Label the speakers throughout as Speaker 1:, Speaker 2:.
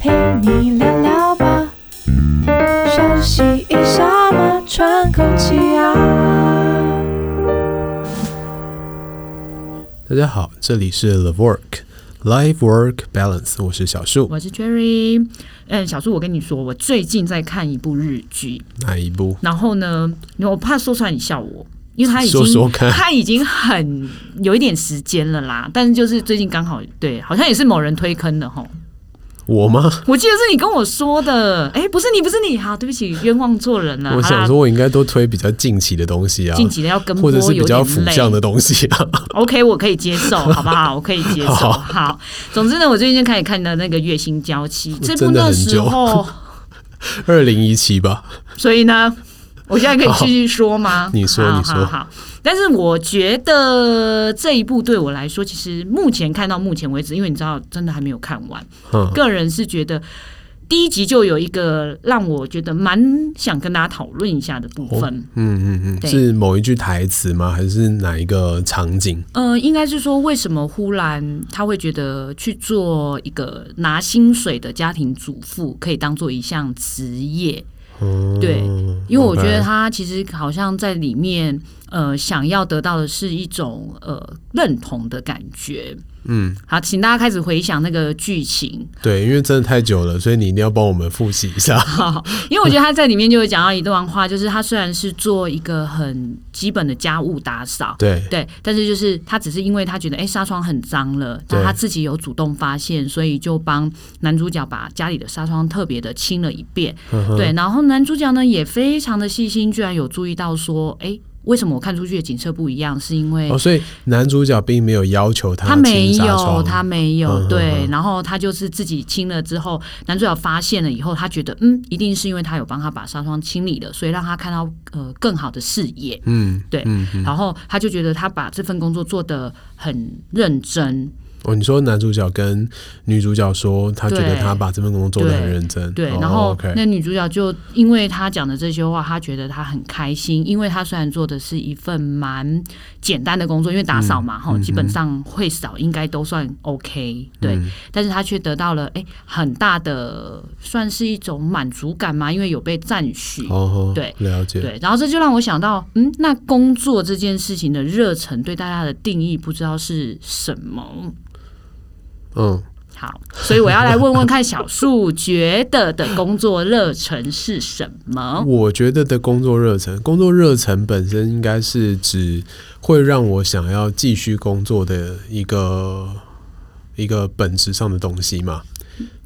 Speaker 1: 陪你聊聊吧，休息一下嘛，喘口气啊。
Speaker 2: 大家好，这里是 The Work Life Work Balance，我是小树。
Speaker 3: 我是 Cherry。嗯，小叔，我跟你说，我最近在看一部日剧，
Speaker 2: 哪一部？
Speaker 3: 然后呢，我怕说出来你笑我，因为他已经
Speaker 2: 说说看
Speaker 3: 他已经很有一点时间了啦，但是就是最近刚好对，好像也是某人推坑的哈。
Speaker 2: 我吗？
Speaker 3: 我记得是你跟我说的，哎、不是你，不是你，好，对不起，冤枉错人了。
Speaker 2: 我
Speaker 3: 好啦
Speaker 2: 想说，我应该多推比较近期的东西啊，
Speaker 3: 啊近期的要跟
Speaker 2: 或
Speaker 3: 播
Speaker 2: 者是比
Speaker 3: 有
Speaker 2: 较
Speaker 3: 点
Speaker 2: 腐
Speaker 3: 累。
Speaker 2: 向的东西啊。
Speaker 3: OK，我可以接 受，好不好？我可以接受。
Speaker 2: 好
Speaker 3: 好总之呢，我最近就开始看的那个《月薪娇妻》这部
Speaker 2: 真的
Speaker 3: 那
Speaker 2: 很
Speaker 3: 时
Speaker 2: 久
Speaker 3: 候，
Speaker 2: 二零一七吧，
Speaker 3: 所以呢， 我现在可以继续说吗？
Speaker 2: 你说
Speaker 3: 好
Speaker 2: 你说
Speaker 3: 好好。但是我觉得这一部对我来说，其实目前看到目前为止，因为你知道，真的还没有看完。
Speaker 2: 嗯，
Speaker 3: 个人是觉得第一集就有一个让我觉得蛮想跟大家讨论一下的部分。
Speaker 2: 嗯嗯嗯，
Speaker 3: 对
Speaker 2: 是某一句台词吗？还是哪一个场景？
Speaker 3: 呃，应该是说为什么忽然他会觉得去做一个拿薪水的家庭主妇可以当做一项职业？
Speaker 2: 嗯，
Speaker 3: 对，因为我觉得
Speaker 2: OK
Speaker 3: 他其实好像在里面，呃，想要得到的是一种呃认同的感觉。
Speaker 2: 嗯，
Speaker 3: 好，请大家开始回想那个剧情，
Speaker 2: 对，因为真的太久了，所以你一定要帮我们复习一下。
Speaker 3: 因为我觉得他在里面就有讲到一段话，就是他虽然是做一个很基本的家务打扫。
Speaker 2: 对，
Speaker 3: 对，但是就是他只是因为他觉得哎纱窗很脏了，那
Speaker 2: 对
Speaker 3: 他自己有主动发现，所以就帮男主角把家里的纱窗特别的清了一遍。
Speaker 2: 嗯哼
Speaker 3: 对，然后男主角呢也非常的细心，居然有注意到说，哎，为什么我看出去的景色不一样？是因为
Speaker 2: 哦，所以男主角并没有要求他
Speaker 3: 他没
Speaker 2: 亲纱
Speaker 3: 有，
Speaker 2: 窗
Speaker 3: 他没有，
Speaker 2: 嗯哼
Speaker 3: 对，然后他就是自己清了之后，男主角发现了以后，他觉得嗯，一定是因为他有帮他把纱窗清理了，所以让他看到呃更好的视野。
Speaker 2: 嗯，
Speaker 3: 对
Speaker 2: 嗯嗯
Speaker 3: 然后他就觉得他把这份工作做得很认真，
Speaker 2: 哦，你说男主角跟女主角说，他觉得
Speaker 3: 对
Speaker 2: 他把这份工作做得很认真，
Speaker 3: 对，
Speaker 2: 哦
Speaker 3: 然后
Speaker 2: OK，
Speaker 3: 那女主角就因为他讲的这些话，她觉得她很开心，因为她虽然做的是一份蛮简单的工作，因为打扫嘛，哈、
Speaker 2: 嗯
Speaker 3: 基本上会扫应该都算 OK，对，
Speaker 2: 嗯
Speaker 3: 但是她却得到了哎很大的算是一种满足感嘛，因为有被赞许。
Speaker 2: 哦，
Speaker 3: 对
Speaker 2: 了解，
Speaker 3: 对，然后这就让我想到，嗯，那工作这件事情的热忱对大家的定义不知道是什么。
Speaker 2: 嗯，
Speaker 3: 好，所以我要来问问看小树觉得的工作热忱是什么？
Speaker 2: 我觉得的工作热忱，工作热忱本身应该是指会让我想要继续工作的一个一个本质上的东西嘛。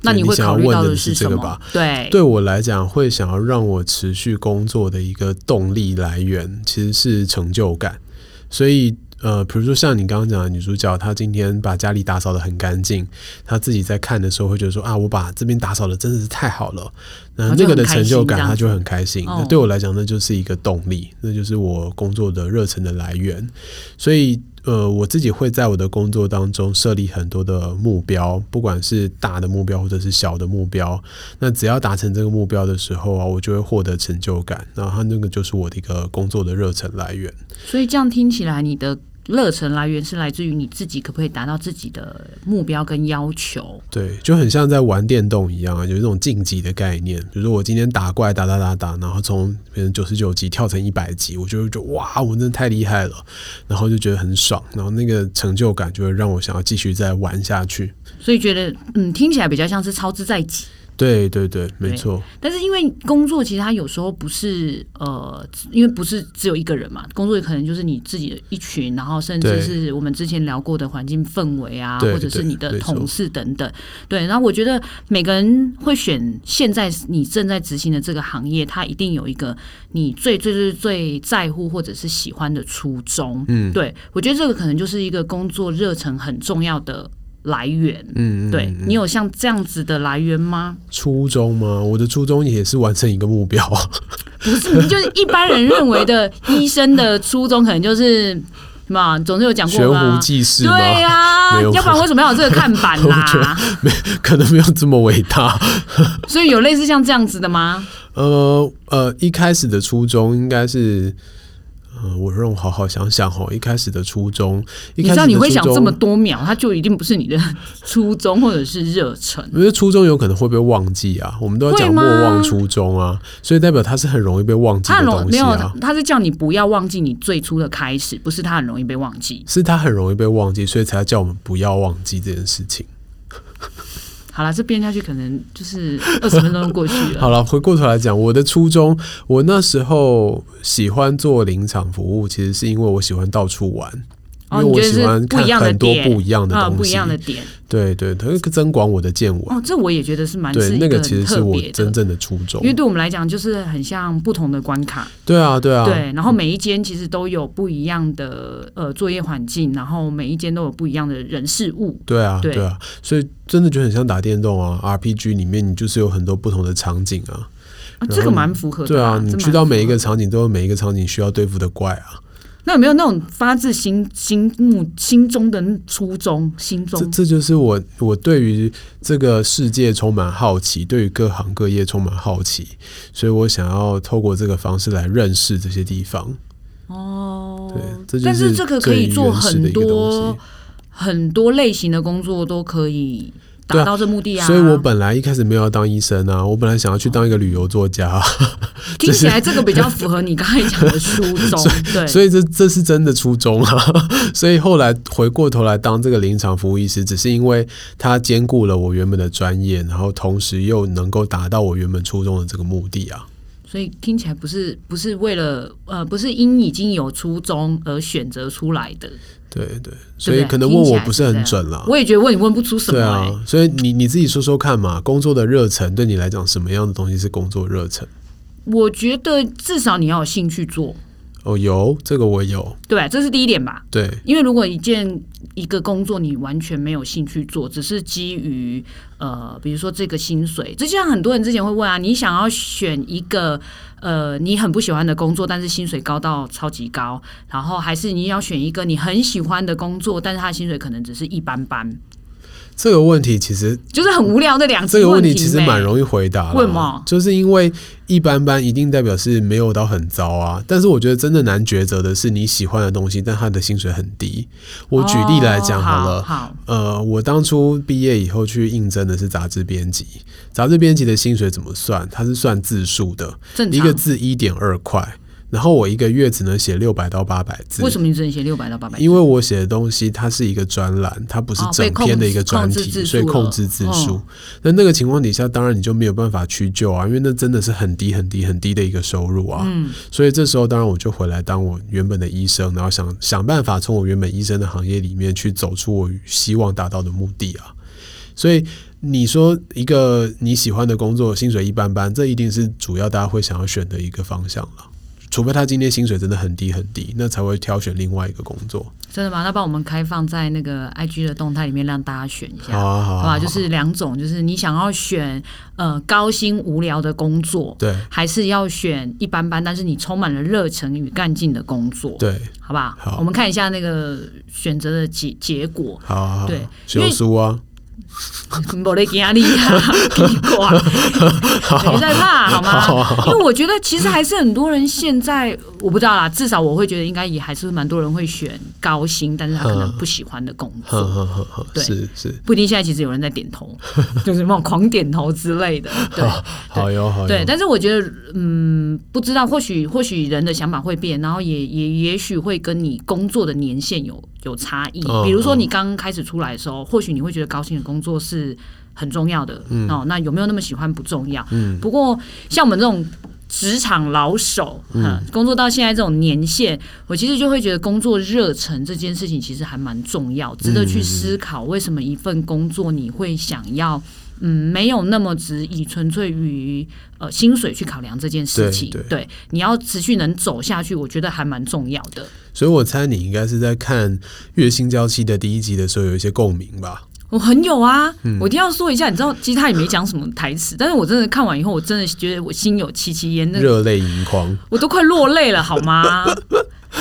Speaker 3: 那
Speaker 2: 你
Speaker 3: 会
Speaker 2: 想
Speaker 3: 考
Speaker 2: 要
Speaker 3: 虑
Speaker 2: 问
Speaker 3: 到
Speaker 2: 的
Speaker 3: 是
Speaker 2: 这
Speaker 3: 什
Speaker 2: 个
Speaker 3: 么
Speaker 2: 吧？？
Speaker 3: 对，
Speaker 2: 对我来讲，会想要让我持续工作的一个动力来源，其实是成就感。所以，呃，比如说像你刚刚讲的女主角，她今天把家里打扫的很干净，她自己在看的时候会觉得说啊，我把这边打扫的真的是太好了。那
Speaker 3: 哦
Speaker 2: 那
Speaker 3: 就
Speaker 2: 个的
Speaker 3: 很开
Speaker 2: 成就
Speaker 3: 心
Speaker 2: 感，
Speaker 3: 这样
Speaker 2: 她就
Speaker 3: 子
Speaker 2: 很开心。那
Speaker 3: 哦
Speaker 2: 对我来讲，那就是一个动力，那就是我工作的热忱的来源。所以呃，我自己会在我的工作当中设立很多的目标，不管是大的目标或者是小的目标。那只要达成这个目标的时候啊，我就会获得成就感，然后它那个就是我的一个工作的热忱来源。
Speaker 3: 所以这样听起来，你的热忱来源是来自于你自己可不可以达到自己的目标跟要求？
Speaker 2: 对，就很像在玩电动一样啊，有一种晋级的概念。比如说我今天打怪打打打打，然后从别人九十九级跳成一百级，我就会觉得哇，我真的太厉害了，然后就觉得很爽，然后那个成就感就会让我想要继续再玩下去。
Speaker 3: 所以觉得嗯，听起来比较像是操之在己。
Speaker 2: 对对对，没
Speaker 3: 对
Speaker 2: 错。
Speaker 3: 但是因为工作其实它有时候不是呃，因为不是只有一个人嘛，工作可能就是你自己的一群，然后甚
Speaker 2: 对
Speaker 3: 至是我们之前聊过的环境氛围啊，
Speaker 2: 对
Speaker 3: 或者是你的
Speaker 2: 对
Speaker 3: 同事等等。对，然后我觉得每个人会选现在你正在执行的这个行业，它一定有一个你最最最最在乎或者是喜欢的初衷。
Speaker 2: 嗯
Speaker 3: 对我觉得这个可能就是一个工作热忱很重要的来源。
Speaker 2: 嗯，嗯
Speaker 3: 对
Speaker 2: 嗯
Speaker 3: 你有像这样子的来源吗？
Speaker 2: 初衷吗？我的初衷也是完成一个目标，
Speaker 3: 不是，就是一般人认为 的医生的初衷，可能就是什么，啊总是有讲
Speaker 2: 悬
Speaker 3: 过
Speaker 2: 壶
Speaker 3: 吧？
Speaker 2: 济世
Speaker 3: 对啊
Speaker 2: 吗？
Speaker 3: 呀、
Speaker 2: 没有
Speaker 3: 要不然为什么要有这个看板
Speaker 2: 我觉
Speaker 3: 啦？
Speaker 2: 可能没有这么伟大。
Speaker 3: 所以有类似像这样子的吗？
Speaker 2: 呃呃，一开始的初衷应该是，呃，我让我好好想想哦，一开始的初衷，一
Speaker 3: 你
Speaker 2: 开
Speaker 3: 知
Speaker 2: 始
Speaker 3: 道
Speaker 2: 的
Speaker 3: 你会想
Speaker 2: 初
Speaker 3: 这
Speaker 2: 衷
Speaker 3: 么多秒，它就一定不是你的初衷或者是热忱。
Speaker 2: 我觉得初衷有可能会被忘记啊，我们都要讲
Speaker 3: 会
Speaker 2: 莫
Speaker 3: 吗
Speaker 2: 忘初衷啊，所以代表它是很容易被忘记
Speaker 3: 它
Speaker 2: 的
Speaker 3: 很容
Speaker 2: 东
Speaker 3: 没
Speaker 2: 西
Speaker 3: 有
Speaker 2: 啊，，
Speaker 3: 它是叫你不要忘记你最初的开始，不是它很容易被忘记。
Speaker 2: 是它很容易被忘记，所以才要叫我们不要忘记这件事情。
Speaker 3: 好了，这编下去可能就是二十分钟就过去了。
Speaker 2: 好了，回过头来讲，我的初衷，我那时候喜欢做临场服务，其实是因为我喜欢到处玩，因
Speaker 3: 哦，
Speaker 2: 为
Speaker 3: 你
Speaker 2: 我
Speaker 3: 觉得
Speaker 2: 喜欢
Speaker 3: 是不
Speaker 2: 看
Speaker 3: 一样的
Speaker 2: 很多
Speaker 3: 点
Speaker 2: 不一样的
Speaker 3: 啊，
Speaker 2: 东
Speaker 3: 不一
Speaker 2: 西，
Speaker 3: 样的点。
Speaker 2: 对对，它会增广我的见闻。
Speaker 3: 哦，这我也觉得是蛮是
Speaker 2: 对，
Speaker 3: 一
Speaker 2: 那
Speaker 3: 个
Speaker 2: 其实
Speaker 3: 很
Speaker 2: 是
Speaker 3: 特
Speaker 2: 我
Speaker 3: 别
Speaker 2: 真
Speaker 3: 的。
Speaker 2: 正的初衷
Speaker 3: 因。为对我们来讲，就是很像不同的关卡，
Speaker 2: 对啊，对啊，
Speaker 3: 对，然后每一间其实都有不一样的呃作业环境，然后每一间都有不一样的人事物，
Speaker 2: 对啊，
Speaker 3: 对
Speaker 2: 对啊，所以真的就很像打电动啊，RPG 里面你就是有很多不同的场景啊。
Speaker 3: 啊、这个蛮符合的
Speaker 2: 对
Speaker 3: 啦。
Speaker 2: 啊，
Speaker 3: 这
Speaker 2: 你
Speaker 3: 蛮
Speaker 2: 去到
Speaker 3: 符合
Speaker 2: 每一个
Speaker 3: 的
Speaker 2: 场景都有每一个场景需要对付的怪啊，
Speaker 3: 那有没有那种发自心心目心中的初衷？心
Speaker 2: 这
Speaker 3: 中
Speaker 2: 这就是我我对于这个世界充满好奇，对于各行各业充满好奇，所以我想要透过这个方式来认识这些地方。
Speaker 3: 哦
Speaker 2: 对，，这就
Speaker 3: 但是这
Speaker 2: 这
Speaker 3: 个可以做很
Speaker 2: 的一个东
Speaker 3: 多
Speaker 2: 西。
Speaker 3: 很多类型的工作都可以
Speaker 2: 对
Speaker 3: 达
Speaker 2: 啊
Speaker 3: 到这目的啊。
Speaker 2: 所以我本来一开始没有要当医生啊，我本来想要去当一个旅游作家、啊，
Speaker 3: 哦听起来这个比较符合你刚才讲的初衷，对，
Speaker 2: 所以这这是真的初衷啊。 所以后来回过头来当这个临场服务医师，只是因为它兼顾了我原本的专业，然后同时又能够达到我原本初衷的这个目的啊。
Speaker 3: 所以听起来不是不是为了呃不是因已经有初衷而选择出来的，
Speaker 2: 对对，所以
Speaker 3: 对
Speaker 2: 可能问
Speaker 3: 听起
Speaker 2: 我
Speaker 3: 来
Speaker 2: 不
Speaker 3: 是这
Speaker 2: 很
Speaker 3: 样
Speaker 2: 准啦。
Speaker 3: 我也觉得问你问不出什么欸
Speaker 2: 对
Speaker 3: 来、
Speaker 2: 啊，所以你你自己说说看嘛，工作的热忱对你来讲，什么样的东西是工作热忱？
Speaker 3: 我觉得至少你要有兴趣做，
Speaker 2: 哦，有这个我有，
Speaker 3: 对吧？这是第一点吧。
Speaker 2: 对
Speaker 3: 因为如果一件一个工作你完全没有兴趣做，只是基于呃，比如说这个薪水，就像很多人之前会问啊，你想要选一个呃你很不喜欢的工作，但是薪水高到超级高，然后还是你要选一个你很喜欢的工作，但是他的薪水可能只是一般般，
Speaker 2: 这个问题，其实
Speaker 3: 就是很无聊的两
Speaker 2: 这
Speaker 3: 次
Speaker 2: 个问
Speaker 3: 题
Speaker 2: 题
Speaker 3: 呢。
Speaker 2: 其实蛮容易回答啦。
Speaker 3: 为什么
Speaker 2: 就是因为一般般，一定代表是没有到很糟啊。但是我觉得真的难抉择的是你喜欢的东西，但它的薪水很低。我举例来讲
Speaker 3: 哦
Speaker 2: 好
Speaker 3: 好
Speaker 2: 了。
Speaker 3: 好
Speaker 2: 呃，我当初毕业以后去应征的是杂志编辑，杂志编辑的薪水怎么算？它是算字数的，
Speaker 3: 正常。
Speaker 2: 一个字一点二块，然后我一个月只能写六百到八百字。
Speaker 3: 为什么你只能写六百到八百？
Speaker 2: 因为我写的东西它是一个专栏，它不是
Speaker 3: 哦
Speaker 2: 整
Speaker 3: 被控
Speaker 2: 篇的一个
Speaker 3: 制
Speaker 2: 专
Speaker 3: 控制
Speaker 2: 题，
Speaker 3: 字
Speaker 2: 所以
Speaker 3: 数了
Speaker 2: 控制字数
Speaker 3: 哦。
Speaker 2: 那、那个情况底下，当然你就没有办法屈就啊，因为那真的是很低很低很低的一个收入啊。
Speaker 3: 嗯，
Speaker 2: 所以这时候，当然我就回来当我原本的医生，然后想想办法从我原本医生的行业里面去走出我希望达到的目的啊。所以你说一个你喜欢的工作，薪水一般般，这一定是主要大家会想要选的一个方向了。除非他今天薪水真的很低很低，那才会挑选另外一个工作。
Speaker 3: 真的吗？那帮我们开放在那个 IG 的动态里面，让大家选一下。
Speaker 2: 好啊，好啊，
Speaker 3: 好
Speaker 2: 好
Speaker 3: 吧，
Speaker 2: 啊
Speaker 3: 就是两种，就是你想要选呃高薪无聊的工作，
Speaker 2: 对
Speaker 3: 还是要选一般般，但是你充满了热忱与干劲的工作，，
Speaker 2: 对，
Speaker 3: 好吧？
Speaker 2: 好，
Speaker 3: 我们看一下那个选择的结结果
Speaker 2: 好啊，好啊
Speaker 3: 对因
Speaker 2: 修
Speaker 3: 为
Speaker 2: 书啊，
Speaker 3: 我的压力啊，屁股啊，谁在怕好
Speaker 2: 好 啊
Speaker 3: 吗？因为我觉得其实还是很多人现在我不知道啦，至少我会觉得应该也还是蛮多人会选高薪，但是他可能不喜欢的工作
Speaker 2: 哼。哼哼哼，
Speaker 3: 对
Speaker 2: 是是，
Speaker 3: 不一定，现在其实有人在点 头，就是那种狂点头之类的。对，
Speaker 2: 好哟好哟，
Speaker 3: 对，但是我觉得，嗯，不知道，或许或许人的想法会变，然后也也也许会跟你工作的年限有有差异。
Speaker 2: 嗯
Speaker 3: 比如说
Speaker 2: 嗯
Speaker 3: 你刚开始出来的时候，或许你会觉得高薪的工作是很重要的，
Speaker 2: 嗯
Speaker 3: 哦，那有没有那么喜欢不重要。不过像我们这种。职场老手，嗯，工作到现在这种年限，我其实就会觉得工作热忱这件事情其实还蛮重要，值得去思考为什么一份工作你会想要，嗯，没有那么只以纯粹于呃薪水去考量这件事情，
Speaker 2: 对对
Speaker 3: 你要持续能走下去，我觉得还蛮重要的。
Speaker 2: 所以我猜你应该是在看《月薪娇妻》的第一集的时候有一些共鸣吧？
Speaker 3: 我很有啊，
Speaker 2: 嗯
Speaker 3: 我一定要说一下，你知道，其实他也没讲什么台 词，但是我真的看完以后，我真的觉得我心有戚戚焉，那
Speaker 2: 热泪盈眶，
Speaker 3: 我都快落泪了，好吗？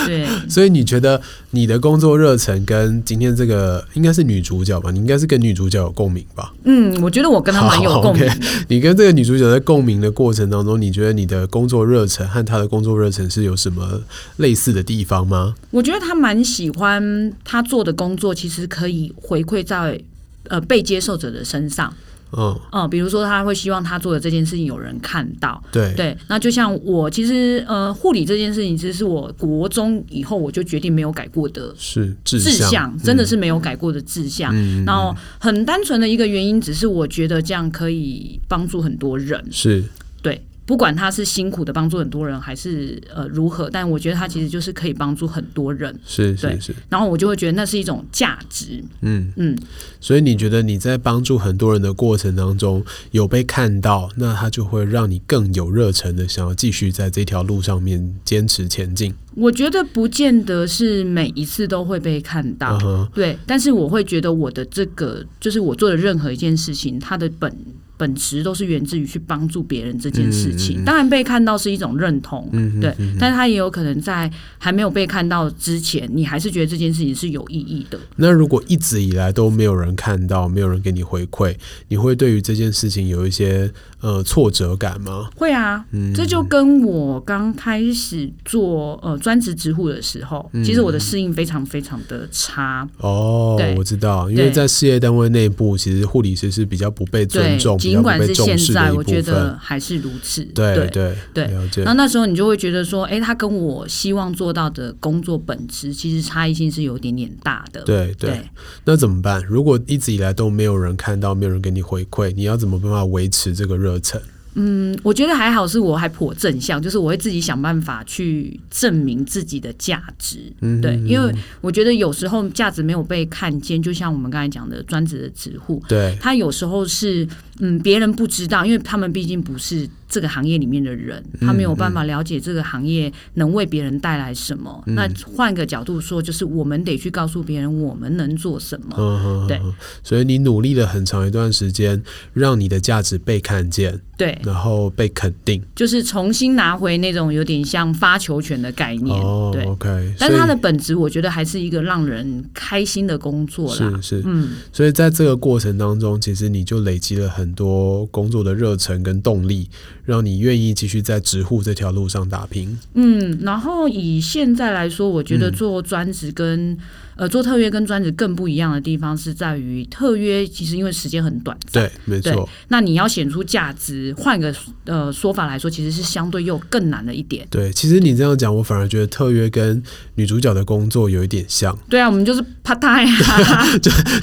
Speaker 3: 对，
Speaker 2: 所以你觉得你的工作热忱跟今天这个应该是女主角吧？你应该是跟女主角有共鸣吧？
Speaker 3: 嗯，我觉得我跟他蛮有
Speaker 2: 好
Speaker 3: 共鸣的
Speaker 2: OK 你跟这个女主角在共鸣的过程当中，你觉得你的工作热忱和她的工作热忱是有什么类似的地方吗？
Speaker 3: 我觉得他蛮喜欢他做的工作，其实可以回馈在呃被接受者的身上。
Speaker 2: 嗯，
Speaker 3: 嗯、比如说他会希望他做的这件事情有人看到。
Speaker 2: 对，
Speaker 3: 对，那就像我其实呃护理这件事情，其实是我国中以后我就决定没有改过的
Speaker 2: 是志
Speaker 3: 志向，真的
Speaker 2: 嗯
Speaker 3: 是没有改过的志向。
Speaker 2: 嗯
Speaker 3: 然后很单纯的一个原因，只是我觉得这样可以帮助很多人。
Speaker 2: 是
Speaker 3: 对，不管他是辛苦的帮助很多人，还是呃如何，但我觉得他其实就是可以帮助很多人。
Speaker 2: 是是
Speaker 3: 对
Speaker 2: 是，
Speaker 3: 然后我就会觉得那是一种价值。
Speaker 2: 嗯，
Speaker 3: 嗯，
Speaker 2: 所以你觉得你在帮助很多人的过程当中有被看到，那他就会让你更有热忱的想要继续在这条路上面坚持前进。
Speaker 3: 我觉得不见得是每一次都会被看到。
Speaker 2: 嗯哼，
Speaker 3: 对，但是我会觉得我的这个，就是我做的任何一件事情，它的本本质都是源自于去帮助别人这件事
Speaker 2: 嗯
Speaker 3: 情。
Speaker 2: 嗯嗯
Speaker 3: 当然，被看到是一种认同，
Speaker 2: 嗯
Speaker 3: 对，但是它也有可能在还没有被看到之前，你还是觉得这件事情是有意义的。
Speaker 2: 那如果一直以来都没有人看到，没有人给你回馈，你会对于这件事情有一些呃挫折感吗？
Speaker 3: 会啊，
Speaker 2: 嗯
Speaker 3: 这就跟我刚开始做呃专职职护的时候，
Speaker 2: 嗯
Speaker 3: 其实我的适应非常非常的差，
Speaker 2: 哦
Speaker 3: 对，
Speaker 2: 我知道，因为
Speaker 3: 对
Speaker 2: 在事业单位内部，其实护理师是比较不被尊
Speaker 3: 对，
Speaker 2: 重、比较
Speaker 3: 尽
Speaker 2: 不
Speaker 3: 管
Speaker 2: 被
Speaker 3: 是
Speaker 2: 重
Speaker 3: 现
Speaker 2: 视
Speaker 3: 在，
Speaker 2: 的一
Speaker 3: 我
Speaker 2: 部
Speaker 3: 觉
Speaker 2: 分
Speaker 3: 得。还是如此，
Speaker 2: 对对
Speaker 3: 对
Speaker 2: 了解
Speaker 3: 那。那时候你就会觉得说，哎、他跟我希望做到的工作本质其实差异性是有一点点大的。
Speaker 2: 对对，那怎么办？如果一直以来都没有人看到，没有人给你回馈，你要怎么办法维持这个热忱？
Speaker 3: 嗯，我觉得还好，是我还颇正向，就是我会自己想办法去证明自己的价值。
Speaker 2: 嗯
Speaker 3: 对，因为我觉得有时候价值没有被看见，就像我们刚才讲的专职的职户，
Speaker 2: 对，
Speaker 3: 他有时候是嗯别人不知道，因为他们毕竟不是这个行业里面的人，
Speaker 2: 嗯
Speaker 3: 他没有办法了解这个行业能为别人带来什么。
Speaker 2: 嗯
Speaker 3: 那换个角度说，就是我们得去告诉别人我们能做什么。
Speaker 2: 嗯，
Speaker 3: 哦对
Speaker 2: 嗯，嗯所以你努力了很长一段时间，让你的价值被看见，
Speaker 3: 对，
Speaker 2: 然后被肯定。
Speaker 3: 就是重新拿回那种有点像发球权的概念。
Speaker 2: 哦
Speaker 3: 对，
Speaker 2: ，OK，
Speaker 3: 但是
Speaker 2: 所
Speaker 3: 它
Speaker 2: 以
Speaker 3: 的本质，我觉得还是一个让人开心的工作啦。
Speaker 2: 是是，
Speaker 3: 嗯，
Speaker 2: 所以在这个过程当中，其实你就累积了很多工作的热忱跟动力，让你愿意继续在直户这条路上打拼。
Speaker 3: 嗯，然后以现在来说，我觉得
Speaker 2: 嗯
Speaker 3: 做专职跟、呃做特约跟专职更不一样的地方是在于特约，其实因为时间很短暂，
Speaker 2: 对，没
Speaker 3: 对
Speaker 2: 错，
Speaker 3: 那你要显出价值，换个呃说法来说，其实是相对又更难了一点。
Speaker 2: 对。其实你这样讲，我反而觉得特约跟女主角的工作有一点像，
Speaker 3: 对啊，我们就是 part time 啊，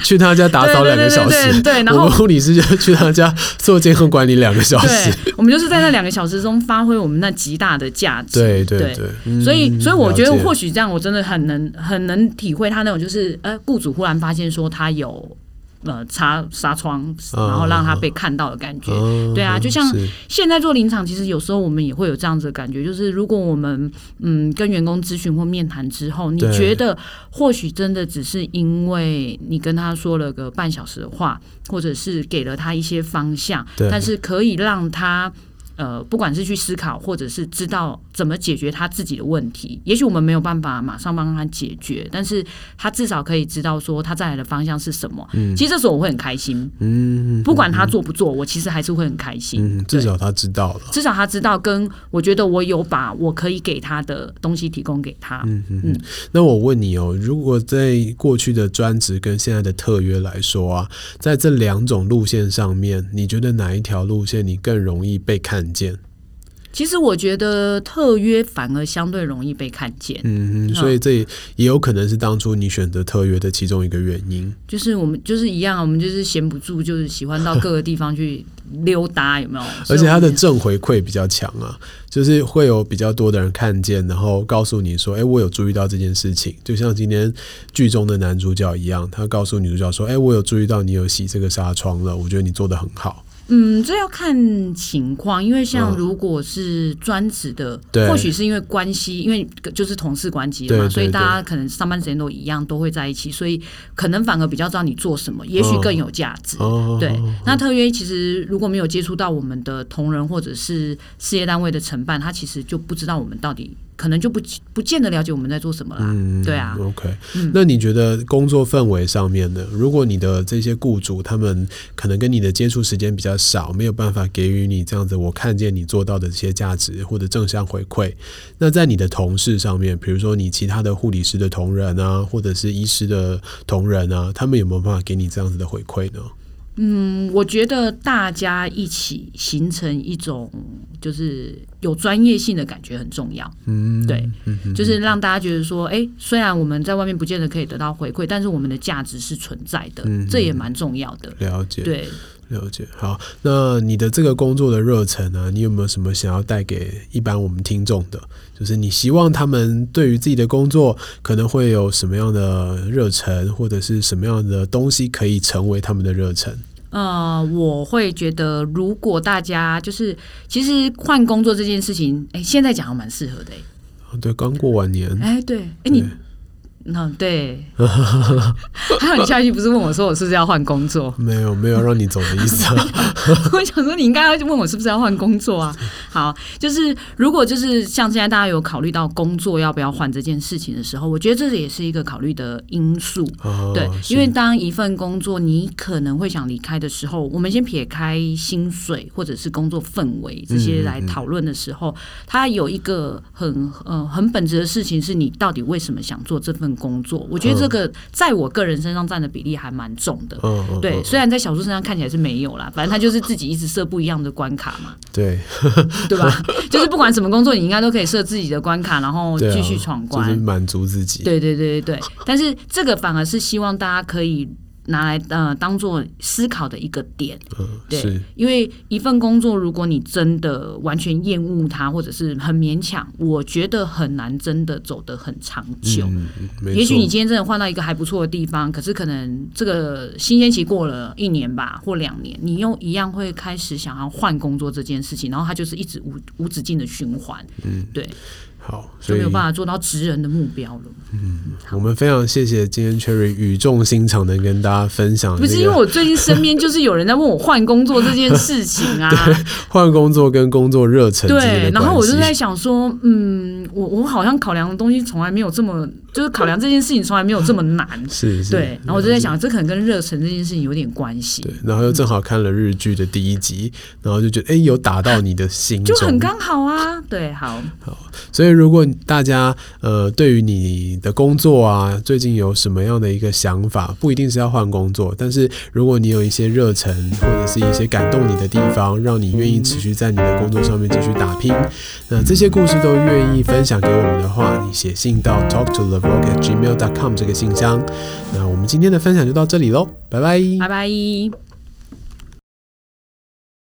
Speaker 2: 去她家打扫
Speaker 3: 对
Speaker 2: 两
Speaker 3: 对
Speaker 2: 个小
Speaker 3: 对对
Speaker 2: 时。
Speaker 3: 对，然
Speaker 2: 我
Speaker 3: 后
Speaker 2: 们。护理师就去她家做健康管理两个小时。
Speaker 3: 对，我们就是在那两个小时中发挥我们那极大的价值。
Speaker 2: 对对
Speaker 3: 对
Speaker 2: 对嗯
Speaker 3: 所以，所以我觉得
Speaker 2: 了解
Speaker 3: 或许这样，我真的很能很能体会他那种，就是呃，雇主忽然发现说他有呃擦纱窗，
Speaker 2: 嗯
Speaker 3: 然后让他被看到的感觉。
Speaker 2: 嗯
Speaker 3: 对啊就像
Speaker 2: 是
Speaker 3: 现在做临场，其实有时候我们也会有这样子的感觉，就是如果我们嗯跟员工咨询或面谈之后，你
Speaker 2: 对
Speaker 3: 觉得或许真的只是因为你跟他说了个半小时的话，或者是给了他一些方向，
Speaker 2: 对
Speaker 3: 但是可以让他。呃，不管是去思考，或者是知道怎么解决他自己的问题，也许我们没有办法马上帮他解决，但是他至少可以知道说他再来的方向是什么。其实这时候我会很开心，
Speaker 2: 嗯
Speaker 3: 不管他做不做，我其实还是会很开心。
Speaker 2: 嗯，
Speaker 3: 对
Speaker 2: 至少他知道了。
Speaker 3: 至少他知道，跟我觉得我有把我可以给他的东西提供给他。
Speaker 2: 嗯嗯嗯。那我问你哦，如果在过去的专职跟现在的特约来说啊，在这两种路线上面，你觉得哪一条路线你更容易被看见？
Speaker 3: 其实我觉得特约反而相对容易被看见，
Speaker 2: 嗯嗯，所以这也也有可能是当初你选择特约的其中一个原因。
Speaker 3: 就是我们就是一样啊，我们就是闲不住，就是喜欢到各个地方去溜达，有没有？
Speaker 2: 而且它
Speaker 3: 所以我
Speaker 2: 的
Speaker 3: 们
Speaker 2: 正回馈比较强啊，就是会有比较多的人看见，然后告诉你说：“哎、我有注意到这件事情。”就像今天剧中的男主角一样，他告诉女主角说：“哎、我有注意到你有洗这个纱窗了，我觉得你做的很好。”
Speaker 3: 嗯，这要看情况，因为像
Speaker 2: 嗯
Speaker 3: 如果是专职的，
Speaker 2: 对
Speaker 3: 或许是因为关系，因为就是同事关系
Speaker 2: 对
Speaker 3: 嘛，
Speaker 2: 对
Speaker 3: 所以
Speaker 2: 对
Speaker 3: 大家可能上班时间都一样，都会在一起，所以可能反而比较知道你做什么，也许
Speaker 2: 嗯
Speaker 3: 更有价值。
Speaker 2: 哦，
Speaker 3: 对，那特约其实如果没有接触到我们的同仁或者是事业单位的承办，他其实就不知道我们到底可能就不不见得了解我们在做什么啦。
Speaker 2: 嗯，
Speaker 3: 对啊，
Speaker 2: OK，、那你觉得工作氛围上面呢？如果你的这些雇主他们可能跟你的接触时间比较少，没有办法给予你这样子我看见你做到的这些价值或者正向回馈，那在你的同事上面，比如说你其他的护理师的同仁啊，或者是医师的同仁啊，他们有没有办法给你这样子的回馈呢？
Speaker 3: 嗯，我觉得大家一起形成一种就是有专业性的感觉很重要。
Speaker 2: 嗯，
Speaker 3: 对，
Speaker 2: 嗯哼
Speaker 3: 就是让大家觉得说，哎、虽然我们在外面不见得可以得到回馈，但是我们的价值是存在的，
Speaker 2: 嗯
Speaker 3: 这也蛮重要的。
Speaker 2: 了解，
Speaker 3: 对，
Speaker 2: 了解。好，那你的这个工作的热忱呢、你有没有什么想要带给一般我们听众的？就是你希望他们对于自己的工作可能会有什么样的热忱，或者是什么样的东西可以成为他们的热忱？
Speaker 3: 呃，我会觉得，如果大家就是其实换工作这件事情，哎、现在讲还蛮适合的、诶
Speaker 2: 啊对，刚过完年，
Speaker 3: 哎、对，哎、你。嗯，对，还有你下一句不是问我说我是不是要换 工作？
Speaker 2: 没有没有让你走的意思啊。
Speaker 3: 我想说，你应该要问我是不是要换工作啊？好，就是如果就是像现在大家有考虑到工作要不要换这件事情的时候，我觉得这也是一个考虑的因素。
Speaker 2: 哦
Speaker 3: 对，
Speaker 2: 是
Speaker 3: 因为当一份工作你可能会想离开的时候，我们先撇开薪水或者是工作氛围这
Speaker 2: 嗯
Speaker 3: 些来讨论的时候，它有一个很呃很本质的事情是你到底为什么想做这份工作？我觉得这个在我个人身上占的比例还蛮重的。
Speaker 2: 嗯嗯，
Speaker 3: 对，
Speaker 2: 嗯
Speaker 3: 虽然在小猪身上看起来是没有啦，反正他就是自己一直设不一样的关卡嘛，
Speaker 2: 对，
Speaker 3: 对吧？ 就是不管什么工作，你应该都可以设自己的关卡，然后
Speaker 2: 对啊
Speaker 3: 继续闯关。
Speaker 2: 就是满足自己。
Speaker 3: 对对对对对，但是这个反而是希望大家可以拿来呃当做思考的一个点，
Speaker 2: 嗯，
Speaker 3: 对
Speaker 2: 是，，
Speaker 3: 因为一份工作，如果你真的完全厌恶它，或者是很勉强，我觉得很难真的走得很长久。
Speaker 2: 嗯，嗯没
Speaker 3: 也许
Speaker 2: 错
Speaker 3: 你今天真的换到一个还不错的地方，可是可能这个新鲜期过了一年吧，或两年，你又一样会开始想要换工作这件事情，然后它就是一直无无止境的循环，嗯，对，
Speaker 2: 好，
Speaker 3: 就
Speaker 2: 所以
Speaker 3: 没有办法做到职人的目标了。
Speaker 2: 我们非常谢谢今天 Cherry 语重心长的跟大家分享、这
Speaker 3: 不
Speaker 2: 个。
Speaker 3: 是因为我最近身边就是有人在问我换工作这件事情 啊，
Speaker 2: 换工作跟工作热忱之间
Speaker 3: 对
Speaker 2: 的，
Speaker 3: 然后
Speaker 2: 关
Speaker 3: 我就
Speaker 2: 系
Speaker 3: 在想说，嗯，我我好像考量的东西从来没有这么，就是考量这件事情从来没有这么难，
Speaker 2: 是是
Speaker 3: 对，然后我就在想，这可能跟热忱这件事情有点关系，
Speaker 2: 对，然后又正好看了日剧的第一集，然后就觉得哎、诶有打到你的心
Speaker 3: 就很
Speaker 2: 中。
Speaker 3: 刚好啊，对，好，
Speaker 2: 所以如果大家呃对于你的工作啊，最近有什么样的一个想法，不一定是要换工作，但是如果你有一些热忱或者是一些感动你的地方，让你愿意持续在你的工作上面继续打拼，那这些故事都愿意分享给我们的话，你写信到 talk to the vlog at gmail dot com 这个信箱。那我们今天的分享就到这里喽，拜拜
Speaker 3: 拜拜。